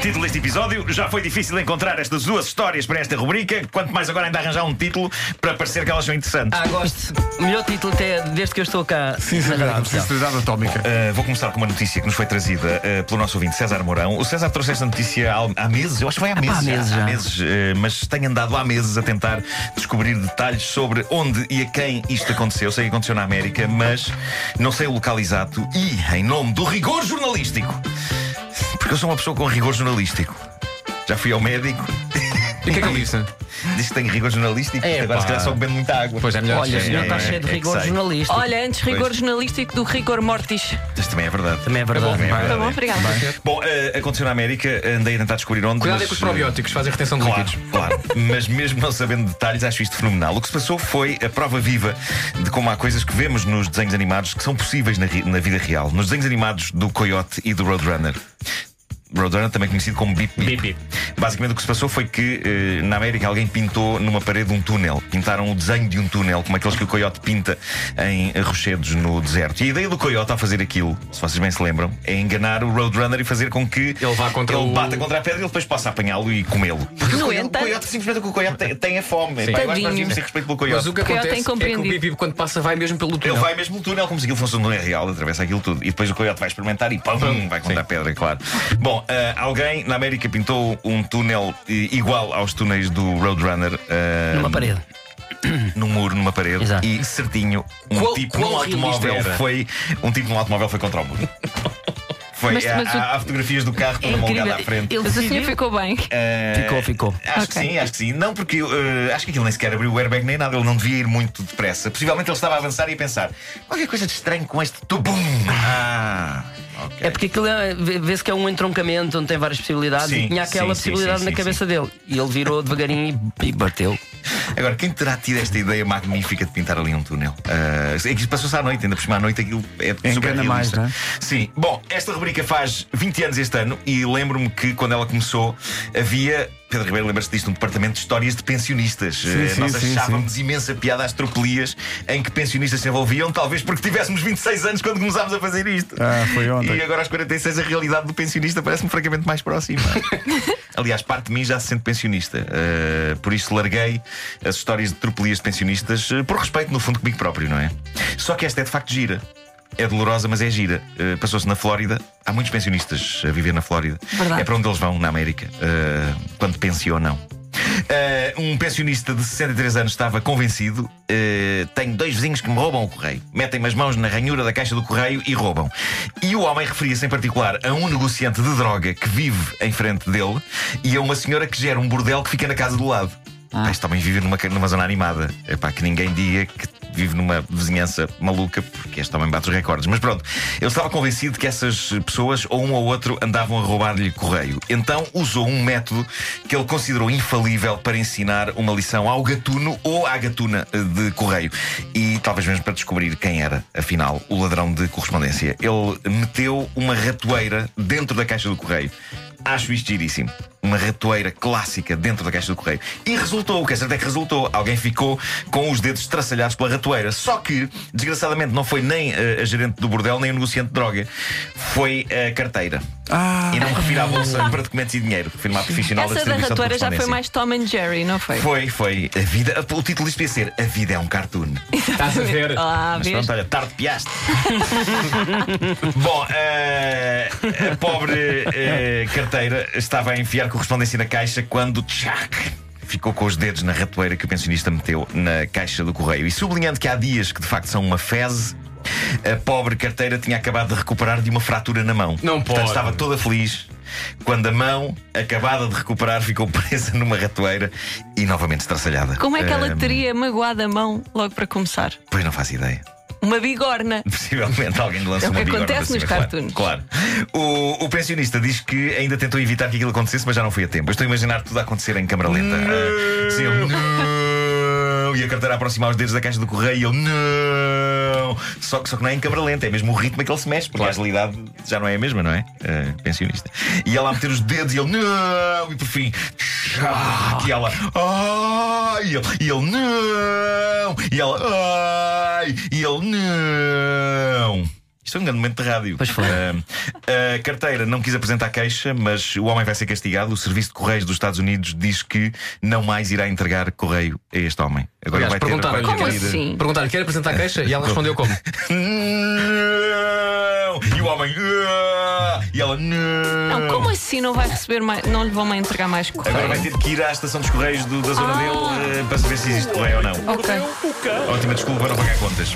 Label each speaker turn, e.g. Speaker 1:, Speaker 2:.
Speaker 1: Título deste episódio: Já foi difícil encontrar estas duas histórias para esta rubrica, quanto mais agora ainda arranjar um título para parecer que elas são interessantes.
Speaker 2: Ah, gosto. Melhor título até desde que eu estou cá. na Rádio
Speaker 3: Sinceridade,
Speaker 2: Comercial.
Speaker 3: sinceridade
Speaker 2: Ah.
Speaker 3: atómica.
Speaker 1: Uh, vou começar com uma notícia que nos foi trazida uh, pelo nosso ouvinte César Mourão. O César trouxe esta notícia há, há meses, eu acho que foi há meses.
Speaker 2: há meses já.
Speaker 1: meses, uh, mas tenho andado há meses a tentar descobrir detalhes sobre onde e a quem isto aconteceu. Sei que aconteceu na América, mas não sei o local exato e, em nome do rigor jornalístico, porque eu sou uma pessoa com rigor jornalístico. Já fui ao médico,
Speaker 3: E o que é que ele disse?
Speaker 1: disse que tenho rigor jornalístico,
Speaker 2: Epá.
Speaker 1: agora se calhar só bebendo muita água.
Speaker 3: Pois é, melhor.
Speaker 2: Olha, o
Speaker 1: É,
Speaker 2: senhor
Speaker 1: é,
Speaker 2: está cheio de
Speaker 1: é que
Speaker 2: rigor
Speaker 1: sei.
Speaker 2: jornalístico.
Speaker 4: Olha, antes rigor
Speaker 1: Pois.
Speaker 4: jornalístico do rigor mortis.
Speaker 1: Isto também é verdade.
Speaker 2: Também é verdade.
Speaker 1: Também é
Speaker 3: Tá
Speaker 4: Tá
Speaker 1: verdade.
Speaker 4: bom, obrigada.
Speaker 1: Bom, eh, aconteceu na América, andei a tentar descobrir onde.
Speaker 3: Cuidado
Speaker 1: mas,
Speaker 3: é com os
Speaker 1: eh,
Speaker 3: probióticos, fazem retenção de
Speaker 1: Claro,
Speaker 3: líquidos.
Speaker 1: claro. Mas mesmo não sabendo detalhes, acho isto fenomenal. O que se passou foi a prova viva de como há coisas que vemos nos desenhos animados que são possíveis na, ri- na vida real. Nos desenhos animados do Coyote e do Roadrunner. Roadrunner, também conhecido como Bip Bip.
Speaker 3: Bip Bip.
Speaker 1: Basicamente o que se passou foi que eh, na América alguém pintou numa parede um túnel. Pintaram o desenho de um túnel, como aqueles que o coiote pinta em rochedos no deserto. E a ideia do coiote ao fazer aquilo, se vocês bem se lembram, é enganar o Roadrunner e fazer com que
Speaker 3: Ele vá contra
Speaker 1: ele
Speaker 3: o-
Speaker 1: bata contra a pedra e ele depois possa apanhá-lo e comê-lo. Porque o
Speaker 4: No
Speaker 1: coiote, o
Speaker 4: entanto-
Speaker 1: coiote simplesmente o coiote tem, tem a fome.
Speaker 3: Sim.
Speaker 1: Pá, eu acho que nós
Speaker 4: Tadinho.
Speaker 1: devíamos ter respeito pelo coiote.
Speaker 3: Mas o que
Speaker 4: Coyote
Speaker 3: acontece é que o
Speaker 4: incompreendido.
Speaker 3: bibi, quando passa, vai mesmo pelo túnel.
Speaker 1: Ele vai mesmo no túnel, como se aquilo fosse um túnel real, atravessa aquilo tudo. E depois o coiote vai experimentar e pum, vai contra a pedra, claro. Bom, ah, alguém na América pintou um túnel eh, igual aos túneis do Roadrunner. ah,
Speaker 2: Numa parede.
Speaker 1: num muro, numa parede
Speaker 2: Exato.
Speaker 1: e certinho um
Speaker 3: Qual-
Speaker 1: tipo
Speaker 3: qual é
Speaker 1: num
Speaker 3: realista
Speaker 1: automóvel
Speaker 3: era?
Speaker 1: foi um tipo num automóvel foi contra o muro. Foi
Speaker 4: Mas-
Speaker 1: há,
Speaker 4: mas o- É
Speaker 1: há fotografias do carro toda molgada à frente.
Speaker 2: Ele
Speaker 4: Mas o senhor
Speaker 2: decidiu.
Speaker 4: ficou bem.
Speaker 1: Ah,
Speaker 2: Ficou, ficou.
Speaker 1: Acho que
Speaker 4: Ok.
Speaker 1: sim, acho que sim. Não porque eh, acho que aquilo nem sequer abriu o airbag nem nada, ele não devia ir muito depressa. Possivelmente ele estava a avançar e a pensar: qualquer coisa de estranho com este tubum. Ah, ok.
Speaker 2: É porque aquilo é, vê- vê-se que é um entroncamento onde tem várias possibilidades
Speaker 1: Sim,
Speaker 2: e tinha aquela
Speaker 1: sim, sim,
Speaker 2: possibilidade
Speaker 1: sim,
Speaker 2: na
Speaker 1: sim,
Speaker 2: cabeça dele. E ele virou devagarinho e, e bateu.
Speaker 1: Agora, quem terá tido esta ideia magnífica de pintar ali um túnel? Ah, é que isso passou-se à noite, ainda por cima à noite aquilo é super
Speaker 5: Engana
Speaker 1: realista.
Speaker 5: mais, não é?
Speaker 1: Sim. Bom, esta rubrica faz 20 anos este ano e lembro-me que quando ela começou havia. Pedro Ribeiro, lembra-se disto, um departamento de histórias de pensionistas. Eh,
Speaker 5: sim,
Speaker 1: Nós
Speaker 5: sim,
Speaker 1: achávamos imensa piada às tropelias em que pensionistas se envolviam, talvez porque tivéssemos 26 anos quando começámos a fazer isto.
Speaker 5: Ah, foi ontem.
Speaker 1: E agora aos 46 a realidade do pensionista parece-me francamente mais próxima. Aliás, parte de mim já se sente pensionista. Uh, por isso larguei as histórias de tropelias de pensionistas, uh, por respeito, no fundo, comigo próprio, não é? Só que esta é de facto gira. É dolorosa, mas é gira. Uh, Passou-se na Flórida. Há muitos pensionistas a viver na Flórida.
Speaker 4: Verdade.
Speaker 1: É para onde eles vão, na América, uh, quando pensionam. Uh, um pensionista de 63 anos estava convencido. uh, tenho dois vizinhos que me roubam o correio. Metem-me as mãos na ranhura da caixa do correio e roubam. E o homem referia-se em particular a um negociante de droga que vive em frente dele e a uma senhora que gera um bordel que fica na casa do lado. Ah. Este homem vive numa, ca- numa zona animada. É pá, que ninguém diga que vive numa vizinhança maluca, porque este homem bate os recordes. Mas pronto, ele estava convencido que essas pessoas, ou um ou outro, andavam a roubar-lhe correio. Então usou um método que ele considerou infalível para ensinar uma lição ao gatuno ou à gatuna eh, de correio. E talvez mesmo para descobrir quem era, afinal, o ladrão de correspondência. Ele meteu uma ratoeira dentro da caixa do correio. Acho isto giríssimo. Uma ratoeira clássica dentro da caixa do correio. E resultou, o que é certo é que resultou. Alguém ficou com os dedos traçalhados pela ratoeira. Só que, desgraçadamente, não foi nem eh, a gerente do bordel, nem o negociante de droga. Foi a carteira.
Speaker 5: Ah,
Speaker 1: E não me refiro à bolsa para documentos e dinheiro. Refiro-me à profissional
Speaker 4: Essa da
Speaker 1: distribuição de
Speaker 4: ratoeira já foi
Speaker 1: correspondência.
Speaker 4: mais Tom and Jerry, não foi?
Speaker 1: Foi, foi. A vida, o título disto ia ser A Vida é um Cartoon.
Speaker 3: Estás a ver?
Speaker 4: Ah,
Speaker 1: Mas
Speaker 4: vês?
Speaker 1: pronto, olha, tarde piaste. Bom, eh, a pobre eh, carteira estava a enfiar correspondência na caixa quando tchac! Ficou com os dedos na ratoeira que o pensionista meteu na caixa do correio. E sublinhando que há dias que de facto são uma feze, a pobre carteira tinha acabado de recuperar de uma fratura na mão.
Speaker 3: Não
Speaker 1: Portanto,
Speaker 3: pode.
Speaker 1: estava toda feliz quando a mão, acabada de recuperar, ficou presa numa ratoeira e novamente estraçalhada.
Speaker 4: Como é que ela
Speaker 1: Ahm,
Speaker 4: teria magoado a mão logo para começar?
Speaker 1: Pois não faço ideia.
Speaker 4: Uma bigorna.
Speaker 1: Possivelmente alguém lhe lança
Speaker 4: É o
Speaker 1: uma
Speaker 4: que
Speaker 1: bigorna
Speaker 4: acontece
Speaker 1: para
Speaker 4: nos
Speaker 1: cima,
Speaker 4: cartoons.
Speaker 1: Claro. claro. O, o pensionista diz que ainda tentou evitar que aquilo acontecesse, mas já não foi a tempo. Eu estou a imaginar tudo a acontecer em câmara lenta. Ah, sim, ele, não. E a carteira a aproximar os dedos da caixa do correio e ele não. Só que, só que não é em câmara lenta, é mesmo o ritmo que ele se mexe, porque a agilidade já não é a mesma, não é? Ah, pensionista. E ela a meter os dedos e ele não. E por fim, tchac, e ela, ai, e ele, e ele não. E ela, ai, e ele não. Isto é um grande momento de rádio.
Speaker 2: Pois foi.
Speaker 1: Ah, a carteira não quis apresentar queixa, mas o homem vai ser castigado. O Serviço de Correios dos Estados Unidos diz que não mais irá entregar correio a este homem. Agora
Speaker 3: Aliás,
Speaker 1: ele vai ter
Speaker 3: perguntaram-lhe
Speaker 1: quatro
Speaker 4: Como
Speaker 1: dias de-
Speaker 4: assim?
Speaker 3: Perguntaram, quer apresentar a queixa? E ela respondeu como?
Speaker 1: Não! E o homem. "Ah!" E ela. Não!
Speaker 4: Não, como assim não vai receber mais. Não lhe vão mais entregar mais
Speaker 1: Agora
Speaker 4: correio?
Speaker 1: vai ter que ir à estação dos Correios do- da zona
Speaker 4: Ah. Oh.
Speaker 1: dele eh, para saber se existe correio ou não.
Speaker 4: Ok.
Speaker 1: Ótima desculpa para não pagar contas.